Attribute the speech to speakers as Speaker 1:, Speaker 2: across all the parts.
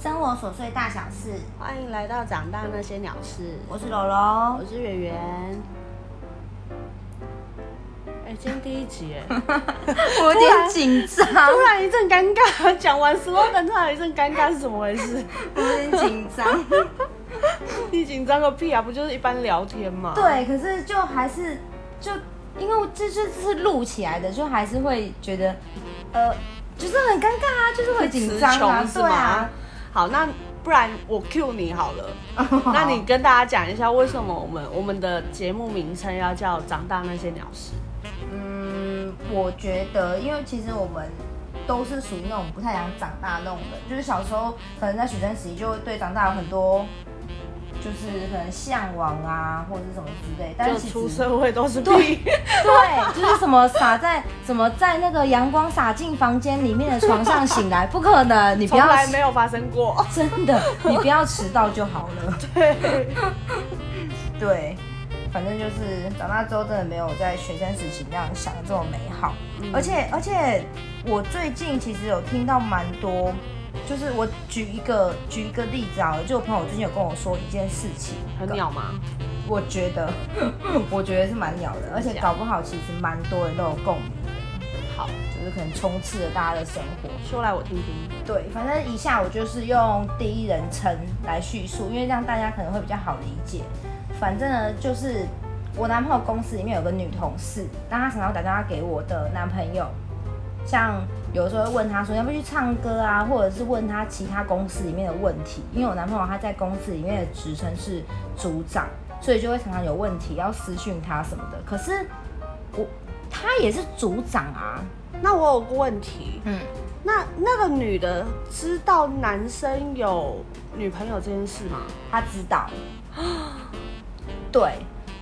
Speaker 1: 生活琐碎大小事，
Speaker 2: 欢迎来到长大那些鸟事，
Speaker 1: 我是柔柔
Speaker 2: 我。是圆圆。哎、今天第一集 哎，
Speaker 1: 我有点紧张，
Speaker 2: 突然一阵尴尬，讲完 slogan 突然一阵尴尬是怎么回事？
Speaker 1: 我有点紧 张。
Speaker 2: 你紧张个屁啊！不就是一般聊天嘛？
Speaker 1: 对，可是就还是就因为我这这是录起来的，就还是会觉得，呃，就是很尴尬啊，就是会紧
Speaker 2: 词
Speaker 1: 张啊
Speaker 2: 穷，是
Speaker 1: 对
Speaker 2: 吗？
Speaker 1: 啊。
Speaker 2: 好，那不然我 Q 你好了。 那你跟大家讲一下，为什么我们我们的节目名称要叫《长大那些鸟事
Speaker 1: 嗯，我觉得，因为其实我们都是属于那种不太想长大那种人，就是小时候可能在学生时期就会对长大有很多，就是可能向往啊，或者是什么之类。》，但
Speaker 2: 就是
Speaker 1: 其
Speaker 2: 出
Speaker 1: 实
Speaker 2: 社会都是屁。
Speaker 1: 对，就是什么洒在什么在那个阳光洒进房间里面的床上醒来，不可能，你不
Speaker 2: 从
Speaker 1: 要
Speaker 2: 来没有发生过。
Speaker 1: 真的，你不要迟到就好了。
Speaker 2: 对，
Speaker 1: 对，反正就是长大之后真的没有在学生时期那样想的这么美好，而且而且我最近其实有听到蛮多，就是我举一个举一个例子啊，就我朋友最近有跟我说一件事情，
Speaker 2: 很鸟吗？
Speaker 1: 我觉得 我觉得是蛮鸟的，而且搞不好其实蛮多人都有共鸣的，
Speaker 2: 好，
Speaker 1: 就是可能充斥了大家的生活。
Speaker 2: 说来我听听。
Speaker 1: 对，反正以下我就是用第一人称来叙述，因为这样大家可能会比较好理解。反正呢，就是我男朋友公司里面有个女同事，那她常常打电话给我的男朋友，像有时候会问他说要不要去唱歌啊，或者是问他其他公司里面的问题，因为我男朋友他在公司里面的职称是组长，所以就会常常有问题要私讯他什么的。可是我他也是组长啊，
Speaker 2: 那我有个问题，
Speaker 1: 嗯，
Speaker 2: 那那个女的知道男生有女朋友这件事吗？
Speaker 1: 他知道。 对，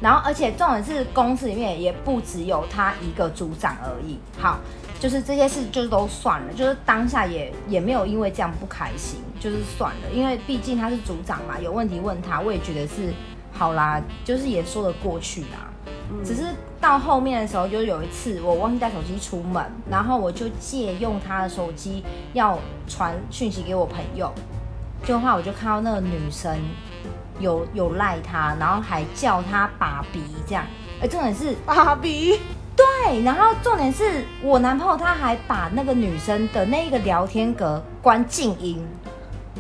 Speaker 1: 然后而且重点是公司里面也不只有他一个组长而已。好，就是这些事就都算了，就是当下也也没有因为这样不开心，就是算了，因为毕竟他是组长嘛，有问题问他，我也觉得是好啦，就是也说得过去啦。只是到后面的时候，就有一次我忘记带手机出门，然后我就借用他的手机要传讯息给我朋友，就话我就看到那个女生有有赖他，然后还叫他爸比这样。哎，重点是
Speaker 2: 芭比，
Speaker 1: 对，然后重点是我男朋友他还把那个女生的那一个聊天格关静音。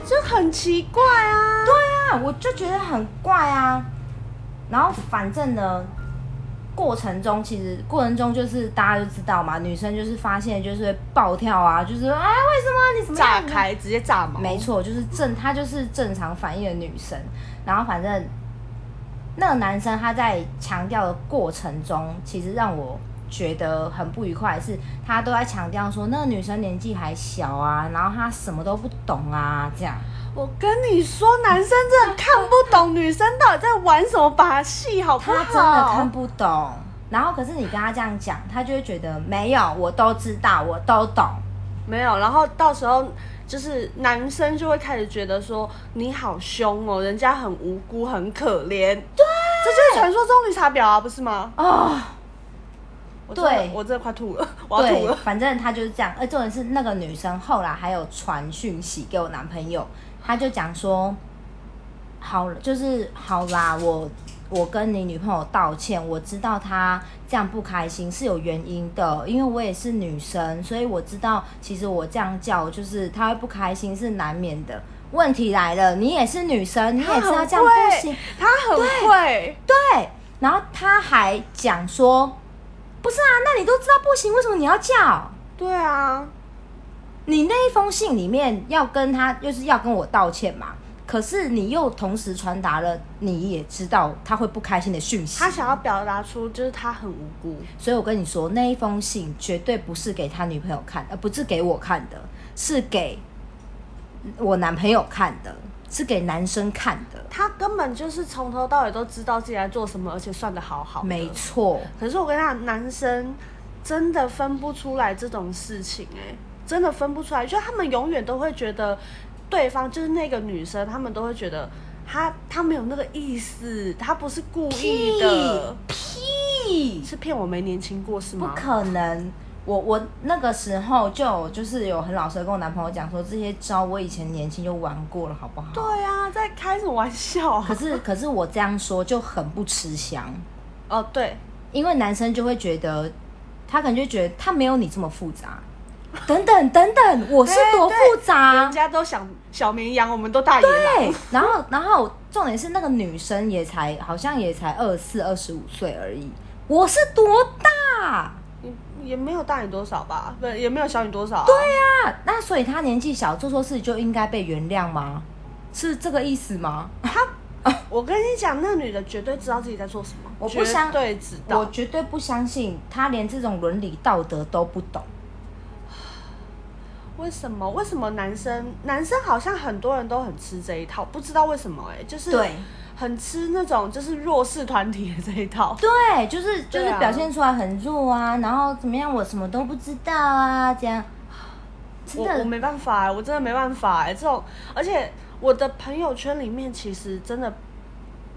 Speaker 2: 这很奇怪啊。对，
Speaker 1: 啊，我就觉得很怪啊。然后反正呢，过程中其实过程中就是大家就知道嘛，女生就是发现就是会暴跳啊，就是啊为什么你怎么
Speaker 2: 炸
Speaker 1: 样？
Speaker 2: 开，直接炸毛。
Speaker 1: 没错，就是正她就是正常反应的女生。然后反正那个男生他在强调的过程中，其实让我觉得很不愉快的是，他都在强调说那个女生年纪还小啊，然后她什么都不懂啊，这样。
Speaker 2: 我跟你说，男生真的看不懂女生到底在玩什么把戏，好不好？
Speaker 1: 他真的看不懂。啊然后可是你跟他这样讲，他就会觉得没有，我都知道，我都懂。
Speaker 2: 没有，然后到时候就是男生就会开始觉得说你好凶哦，人家很无辜，很可怜。对，这就是传说中绿茶婊啊，不是吗？
Speaker 1: 哦，
Speaker 2: 我真的
Speaker 1: 对
Speaker 2: 我真的快吐了，我要吐
Speaker 1: 对
Speaker 2: 了，。
Speaker 1: 反正他就是这样。而重点是那个女生后来还有传讯息给我男朋友，他就讲说，好了，就是好啦，我我跟你女朋友道歉，我知道她这样不开心是有原因的，因为我也是女生，所以我知道其实我这样叫就是她会不开心是难免的。问题来了，你也是女生，你也知道这样不行，
Speaker 2: 他很会，
Speaker 1: 对。然后他还讲说，不是啊，那你都知道不行，为什么你要叫？
Speaker 2: 对啊，
Speaker 1: 你那一封信里面要跟他，就是要跟我道歉嘛。可是你又同时传达了你也知道他会不开心的讯息
Speaker 2: 他，想要表达出就是他很无辜，
Speaker 1: 所以我跟你说，那一封信绝对不是给他女朋友看，呃而不是给我看的，是给我男朋友看的，是给男生看的。
Speaker 2: 他根本就是从头到尾都知道自己在做什么，而且算的好好的。
Speaker 1: 没错，
Speaker 2: 可是我跟你讲，男生真的分不出来这种事情、哎，真的分不出来，就他们永远都会觉得对方就是那个女生，他们都会觉得她她没有那个意思，她不是故意的，
Speaker 1: 屁，
Speaker 2: 是骗我没年轻过是
Speaker 1: 不
Speaker 2: 吗？
Speaker 1: 可能！我我那个时候就有就是有很老实的跟我男朋友讲说，这些招我以前年轻就玩过了，好不好？
Speaker 2: 对呀、啊，在开什么 玩笑啊
Speaker 1: 可？是可是我这样说就很不吃香，
Speaker 2: 哦，对，
Speaker 1: 因为男生就会觉得，他可能就觉得他没有你这么复 杂，等等等等，我是多复杂
Speaker 2: 人，家都想小绵羊，我们都大野狼。
Speaker 1: 对，然后然后重点是那个女生也才好像也才二四二十五岁而已，我是多大？
Speaker 2: 你也没有大你多少吧，不，也没有小你多少、啊。
Speaker 1: 对呀、那所以他年纪小做错事就应该被原谅吗？是这个意思吗？
Speaker 2: 我跟你讲，那女的绝对知道自己在做什么，
Speaker 1: 我不相
Speaker 2: 绝对知
Speaker 1: 我
Speaker 2: 道。
Speaker 1: 绝对不相信他连这种伦理道德都不懂。
Speaker 2: 为什么？为什么男生男生好像很多人都很吃这一套，不知道为什么哎、就是
Speaker 1: 对
Speaker 2: 很吃那种就是弱势团体的这一套。
Speaker 1: 对，就是就是
Speaker 2: 对啊
Speaker 1: 表现出来很弱啊，然后怎么样，我什么都不知道啊，这样。真
Speaker 2: 我我
Speaker 1: 的，
Speaker 2: 没办法哎、我真的没办法哎、这种而且我的朋友圈里面其实真的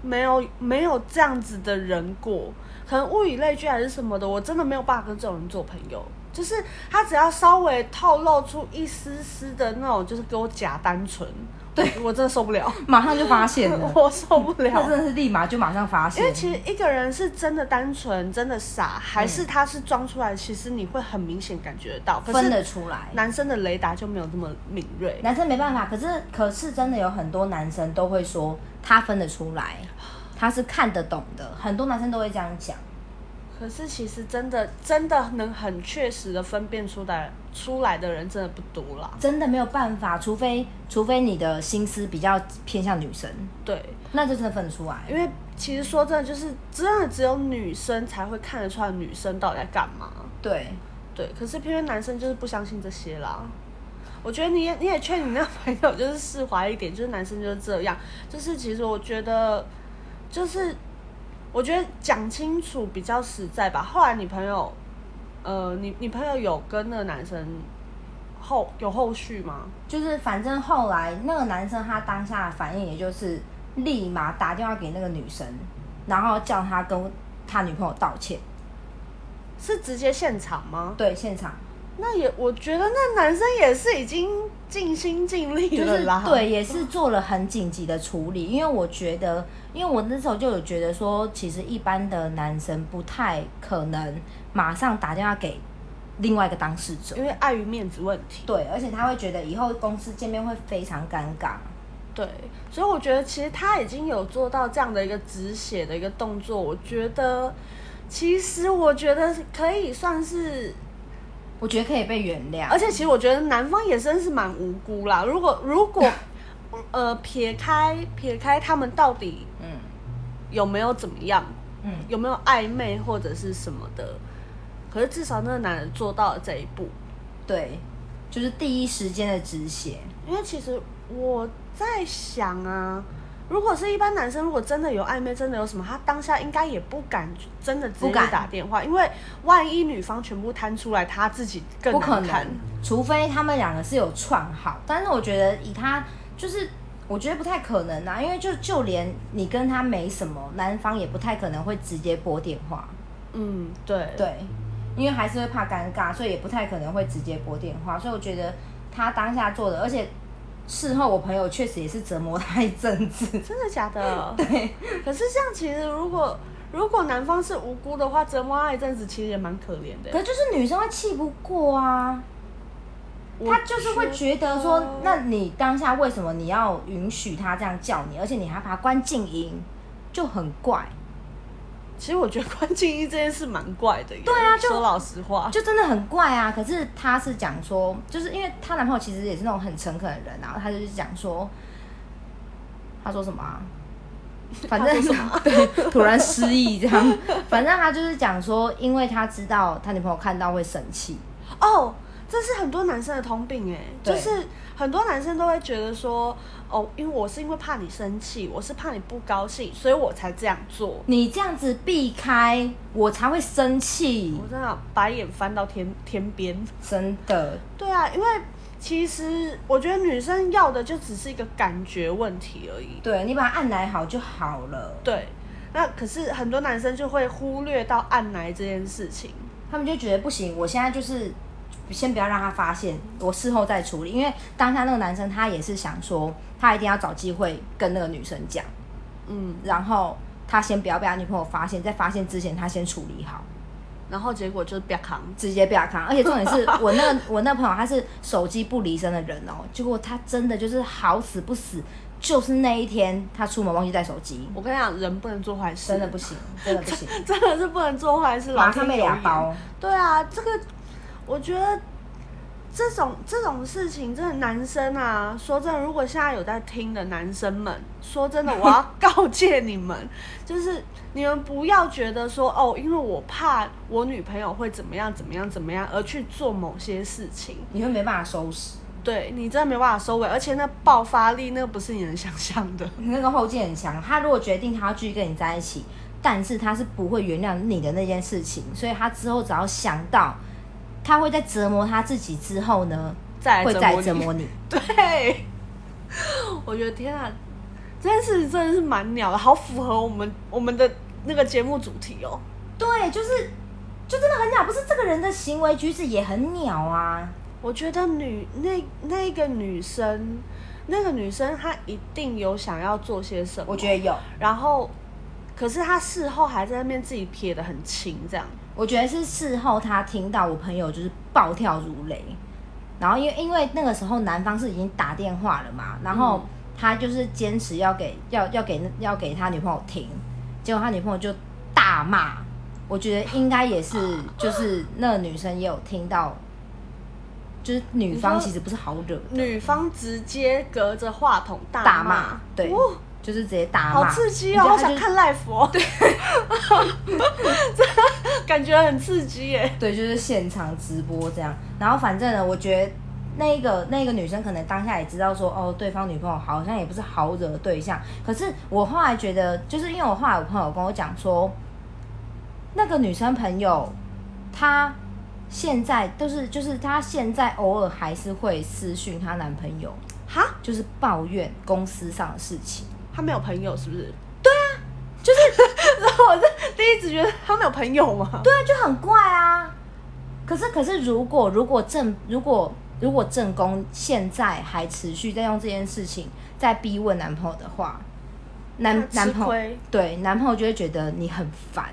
Speaker 2: 没有没有这样子的人过，可能物以类聚还是什么的，我真的没有办法跟这种人做朋友。就是他只要稍微透露出一丝丝的那种，就是给我假单纯，对我真的受不了，
Speaker 1: 马上就发现了，
Speaker 2: 我受不
Speaker 1: 他
Speaker 2: 了。
Speaker 1: 真的是立马就马上发现
Speaker 2: 因为。其实一个人是真的单纯，真的傻，还
Speaker 1: 嗯
Speaker 2: 是他是装出来，其实你会很明显感觉得到。可
Speaker 1: 分
Speaker 2: 是
Speaker 1: 得出来，
Speaker 2: 男生的雷达就没有这么敏锐。
Speaker 1: 男生没办法，可是可是真的有很多男生都会说他分得出来，他是看得懂的，很多男生都会这样讲。
Speaker 2: 可是其实真的真的能很确实的分辨出来出来的人真的不多啦。
Speaker 1: 真的没有办法，除非除非你的心思比较偏向女生，
Speaker 2: 对，
Speaker 1: 那就真的分得出来。
Speaker 2: 因为其实说真的，就是真的只有女生才会看得出来女生到底在干嘛。
Speaker 1: 对，
Speaker 2: 对，可是偏偏男生就是不相信这些啦。我觉得你也你也劝你那朋友就是释怀一点，就是男生就是这样，就是其实我觉得就是我觉得讲清楚比较实在吧。后来你朋友，呃，你你朋友有跟那个男生后有后续吗？
Speaker 1: 就是反正后来那个男生他当下的反应，也就是立马打电话给那个女生，然后叫她跟他女朋友道歉。
Speaker 2: 是直接现场吗？
Speaker 1: 对，现场
Speaker 2: 那也我觉得那男生也是已经尽心尽力
Speaker 1: 就
Speaker 2: 了
Speaker 1: 是
Speaker 2: 啦。
Speaker 1: 对，也是做了很紧急的处理，因为我觉得，因为我那时候就有觉得说，其实一般的男生不太可能马上打电话给另外一个当事者。
Speaker 2: 因为碍于面子问题。
Speaker 1: 对，而且他会觉得以后公司见面会非常尴尬。
Speaker 2: 对，所以我觉得其实他已经有做到这样的一个止血的一个动作，我觉得其实我觉得可以算是，
Speaker 1: 我觉得可以被原谅，
Speaker 2: 而且其实我觉得男方也真是蛮无辜啦。如果如果呃撇开撇开他们到底
Speaker 1: 嗯
Speaker 2: 有没有怎么样，
Speaker 1: 嗯，
Speaker 2: 有没有暧昧或者是什么的，可是至少那个男人做到了这一步，
Speaker 1: 对，就是第一时间的止血，
Speaker 2: 因为其实我在想啊，如果是一般男生，如果真的有暧昧，真的有什么，他当下应该也不敢真的直接
Speaker 1: 不敢
Speaker 2: 打电话，因为万一女方全部摊出来，他自己更
Speaker 1: 不可
Speaker 2: 难
Speaker 1: 能
Speaker 2: 堪。，
Speaker 1: 除非他们两个是有串好，但是我觉得以他就是。我觉得不太可能啊，因为就就连你跟他没什么，男方也不太可能会直接拨电话，
Speaker 2: 嗯，对，
Speaker 1: 对，因为还是会怕尴尬，所以也不太可能会直接拨电话，所以我觉得他当下做的，而且事后我朋友确实也是折磨他一阵子，
Speaker 2: 真的 假的？对。可是这样其实如果如果男方是无辜的话，折磨他一阵子，其实也蛮可怜的
Speaker 1: 可。就是女生会气不过啊，
Speaker 2: 我
Speaker 1: 她就是会觉得说
Speaker 2: 觉得，
Speaker 1: 那你当下为什么你要允许她这样叫你，而且你还把她关静音，就很怪，
Speaker 2: 其实我觉得关静一这件事蛮怪的耶。对
Speaker 1: 啊就
Speaker 2: 说老实话，
Speaker 1: 就真的很怪啊。可是她是讲说，就是因为她男朋友其实也是那种很诚恳的人，然啊后她就是讲说，她说什么 啊？反正 对，突然失忆这样。反正她就是讲说，因为她知道她女朋友看到会生气，
Speaker 2: 哦，这是很多男生的通病哎，
Speaker 1: 对
Speaker 2: 就是很多男生都会觉得说，哦，因为我是因为怕你生气，我是怕你不高兴，所以我才这样做。
Speaker 1: 你这样子避开我才会生气
Speaker 2: 我，真的白眼翻到天天边。
Speaker 1: 真的。
Speaker 2: 对啊，因为其实我觉得女生要的就只是一个感觉问题而已。
Speaker 1: 对你把它按奶好就好了。
Speaker 2: 对，那可是很多男生就会忽略到按奶这件事情。
Speaker 1: 他们就觉得不行，我现在就是先不要让他发现，我事后再处理。因为当下那个男生他也是想说，他一定要找机会跟那个女生讲，
Speaker 2: 嗯，
Speaker 1: 然后他先不要被他女朋友发现，在发现之前他先处理好。
Speaker 2: 然后结果就是不要扛，
Speaker 1: 直接被他扛，而且重点 是我那我那朋友他是手机不离身的人哦，结果他真的就是好死不死，就是那一天他出门忘记带手机，
Speaker 2: 我跟你讲，人不能做坏事，
Speaker 1: 真的不行，真的不行，
Speaker 2: 真的是不能做坏事，
Speaker 1: 马
Speaker 2: 老
Speaker 1: 上
Speaker 2: 天
Speaker 1: 被
Speaker 2: 有
Speaker 1: 俩
Speaker 2: 眼
Speaker 1: 包。
Speaker 2: 对啊，这个我觉得这种这种事情，真的男生啊，说真的，如果现在有在听的男生们，说真的，我要告诫你们， 就是你们不要觉得说哦，因为我怕我女朋友会怎么样怎么样怎么样而去做某些事情，
Speaker 1: 你会没办法收拾，
Speaker 2: 对你真的没办法收尾，而且那爆发力那不是你能想象的。
Speaker 1: 你那个后劲很强。他如果决定他要继续跟你在一起，但是他是不会原谅你的那件事情，所以他之后只要想到他会在折磨他自己之后呢，
Speaker 2: 再来
Speaker 1: 会再折
Speaker 2: 你
Speaker 1: 磨你。
Speaker 2: 对，我觉得天啊，这件事情真的是蛮鸟的，好符合我们我们的那个节目主题哦。
Speaker 1: 对，就是就真的很鸟，不是这个人的行为举止也很鸟啊。
Speaker 2: 我觉得女那那个女生，那个女生她一定有想要做些什么，
Speaker 1: 我觉得有，
Speaker 2: 然后，可是她事后还在那边自己撇得很清，这样。
Speaker 1: 我觉得是事后他听到我朋友就是暴跳如雷，然后因为因为那个时候男方是已经打电话了嘛，然后
Speaker 2: 嗯
Speaker 1: 他就是坚持要给要要给那要给他女朋友听，结果他女朋友就大骂，我觉得应该也是就是那个女生也有听到，就是女方
Speaker 2: 你说
Speaker 1: 其实不是好惹的，
Speaker 2: 女方直接隔着话筒大
Speaker 1: 大
Speaker 2: 骂，
Speaker 1: 骂对
Speaker 2: 哦，
Speaker 1: 就是直接大骂，
Speaker 2: 好刺激
Speaker 1: 你知
Speaker 2: 哦，
Speaker 1: 道
Speaker 2: 好
Speaker 1: 他
Speaker 2: 想
Speaker 1: 就是
Speaker 2: 看 live 哦， 对，感觉很刺激耶。
Speaker 1: 对，就是现场直播这样。然后反正呢，我觉得那个那个女生可能当下也知道说，哦，对方女朋友好像也不是好惹的对象。可是我后来觉得，就是因为我后来我朋友跟我讲说，那个女生朋友她现在都是就是她现在偶尔还是会私讯她男朋友，
Speaker 2: 哈，
Speaker 1: 就是抱怨公司上的事情。
Speaker 2: 他没有朋友是不是？
Speaker 1: 就是
Speaker 2: 然后我就第一直觉得他没有朋友嘛。
Speaker 1: 对啊，就很怪啊。可是可是如果如果正如果如果正宫现在还持续在用这件事情在逼问男朋友的话，男
Speaker 2: 那
Speaker 1: 男
Speaker 2: 吃
Speaker 1: 朋友
Speaker 2: 亏
Speaker 1: 对男朋友就会觉得你很烦，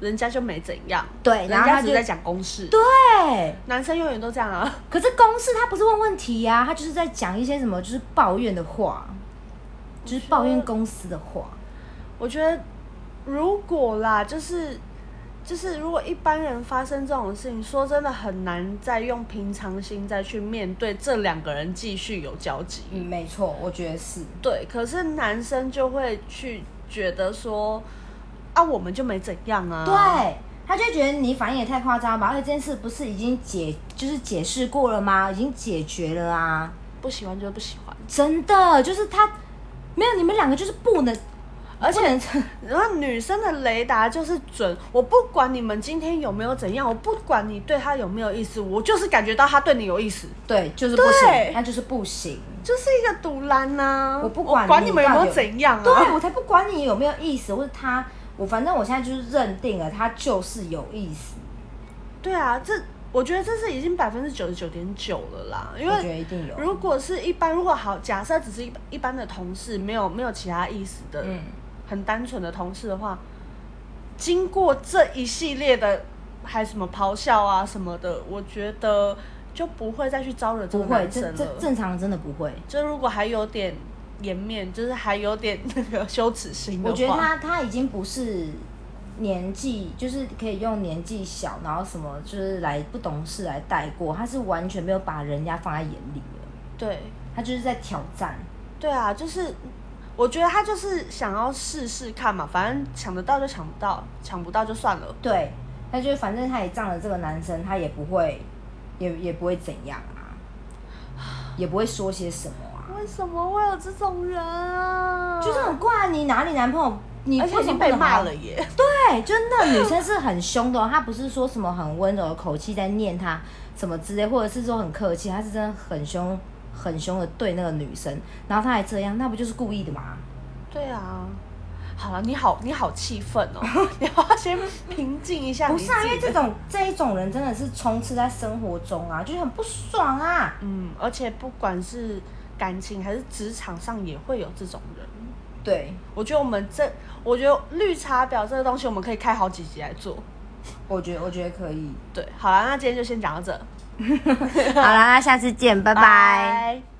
Speaker 2: 人家就没怎样，
Speaker 1: 对，
Speaker 2: 人
Speaker 1: 然后他
Speaker 2: 家
Speaker 1: 就
Speaker 2: 只是在讲公事。
Speaker 1: 对。
Speaker 2: 男生永远都这样啊。
Speaker 1: 可是公式他不是问问题呀、他就是在讲一些什么就是抱怨的话，就是抱怨公司的话。
Speaker 2: 我觉得如果啦，就是就是如果一般人发生这种事情，说真的很难再用平常心再去面对这两个人继续有交集。
Speaker 1: 嗯，没错，我觉得是。
Speaker 2: 对，可是男生就会去觉得说啊，我们就没怎样啊。
Speaker 1: 对，他就觉得你反应也太夸张吧，而且这件事不是已经解就是解释过了吗？已经解决了啊，
Speaker 2: 不喜欢就是不喜欢。
Speaker 1: 真的就是他没有你们两个就是不能，而且
Speaker 2: 然后女生的雷达就是准，我不管你们今天有没有怎样，我不管你对他有没有意思，我就是感觉到他对你有意思，
Speaker 1: 对就是不行
Speaker 2: 对，
Speaker 1: 那就是不行。
Speaker 2: 就是一个堵拦呐、
Speaker 1: 我不管
Speaker 2: 管
Speaker 1: 你
Speaker 2: 你们有
Speaker 1: 到
Speaker 2: 没
Speaker 1: 底
Speaker 2: 有怎样
Speaker 1: 对
Speaker 2: 啊，
Speaker 1: 我才不管你有没有意思，或者他我反正我现在就是认定了他就是有意思，
Speaker 2: 对啊，这我觉得这是已经百分之九十九点九了啦，因
Speaker 1: 我觉得
Speaker 2: 为
Speaker 1: 一定有。
Speaker 2: 如果是一般，如果好假设只是一一般的同事，没有没有其他意思的，
Speaker 1: 嗯，
Speaker 2: 很单纯的同事的话，经过这一系列的还什么咆哮啊什么的，我觉得就不会再去招惹这
Speaker 1: 不
Speaker 2: 个
Speaker 1: 会，
Speaker 2: 男生
Speaker 1: 这这
Speaker 2: 了。
Speaker 1: 正常真的不会。
Speaker 2: 就如果还有点颜面，就是还有点那个羞耻心的
Speaker 1: 我
Speaker 2: 话，
Speaker 1: 觉得他他已经不是年纪，就是可以用年纪小，然后什么就是来不懂事来带过，他是完全没有把人家放在眼里了，
Speaker 2: 对
Speaker 1: 他就是在挑战。
Speaker 2: 对啊，就是我觉得他就是想要试试看嘛，反正抢得到就抢不到，抢不到就算了。
Speaker 1: 对，他就是反正他也仗着这个男生，他也不会，也也不会怎样啊，也不会说些什么啊，
Speaker 2: 为什么会有这种人啊？
Speaker 1: 就是很怪，你哪里男朋友？你
Speaker 2: 而
Speaker 1: 为
Speaker 2: 且已
Speaker 1: 什么
Speaker 2: 经
Speaker 1: 不
Speaker 2: 被
Speaker 1: 能
Speaker 2: 骂
Speaker 1: 好
Speaker 2: 了耶。
Speaker 1: 对，就是那女生是很凶的、哦，她不是说什么很温柔的口气在念她什么之类，或者是说很客气，她是真的很凶很凶的对那个女生，然后她还这样，那不就是故意的吗？
Speaker 2: 对啊，好了，你好，你好气愤 哦，你要先平静一下。
Speaker 1: 不是啊，因为这
Speaker 2: 种，
Speaker 1: 种这一种人真的是充斥在生活中啊，就是很不爽啊。
Speaker 2: 嗯，而且不管是感情还是职场上，也会有这种人。
Speaker 1: 对，
Speaker 2: 我觉得我们这，我觉得绿茶婊这个东西，我们可以开好几集来做。
Speaker 1: 我觉得我觉得可以。
Speaker 2: 对，好了，那今天就先讲到这，
Speaker 1: 好啦，下次见，拜拜。
Speaker 2: 拜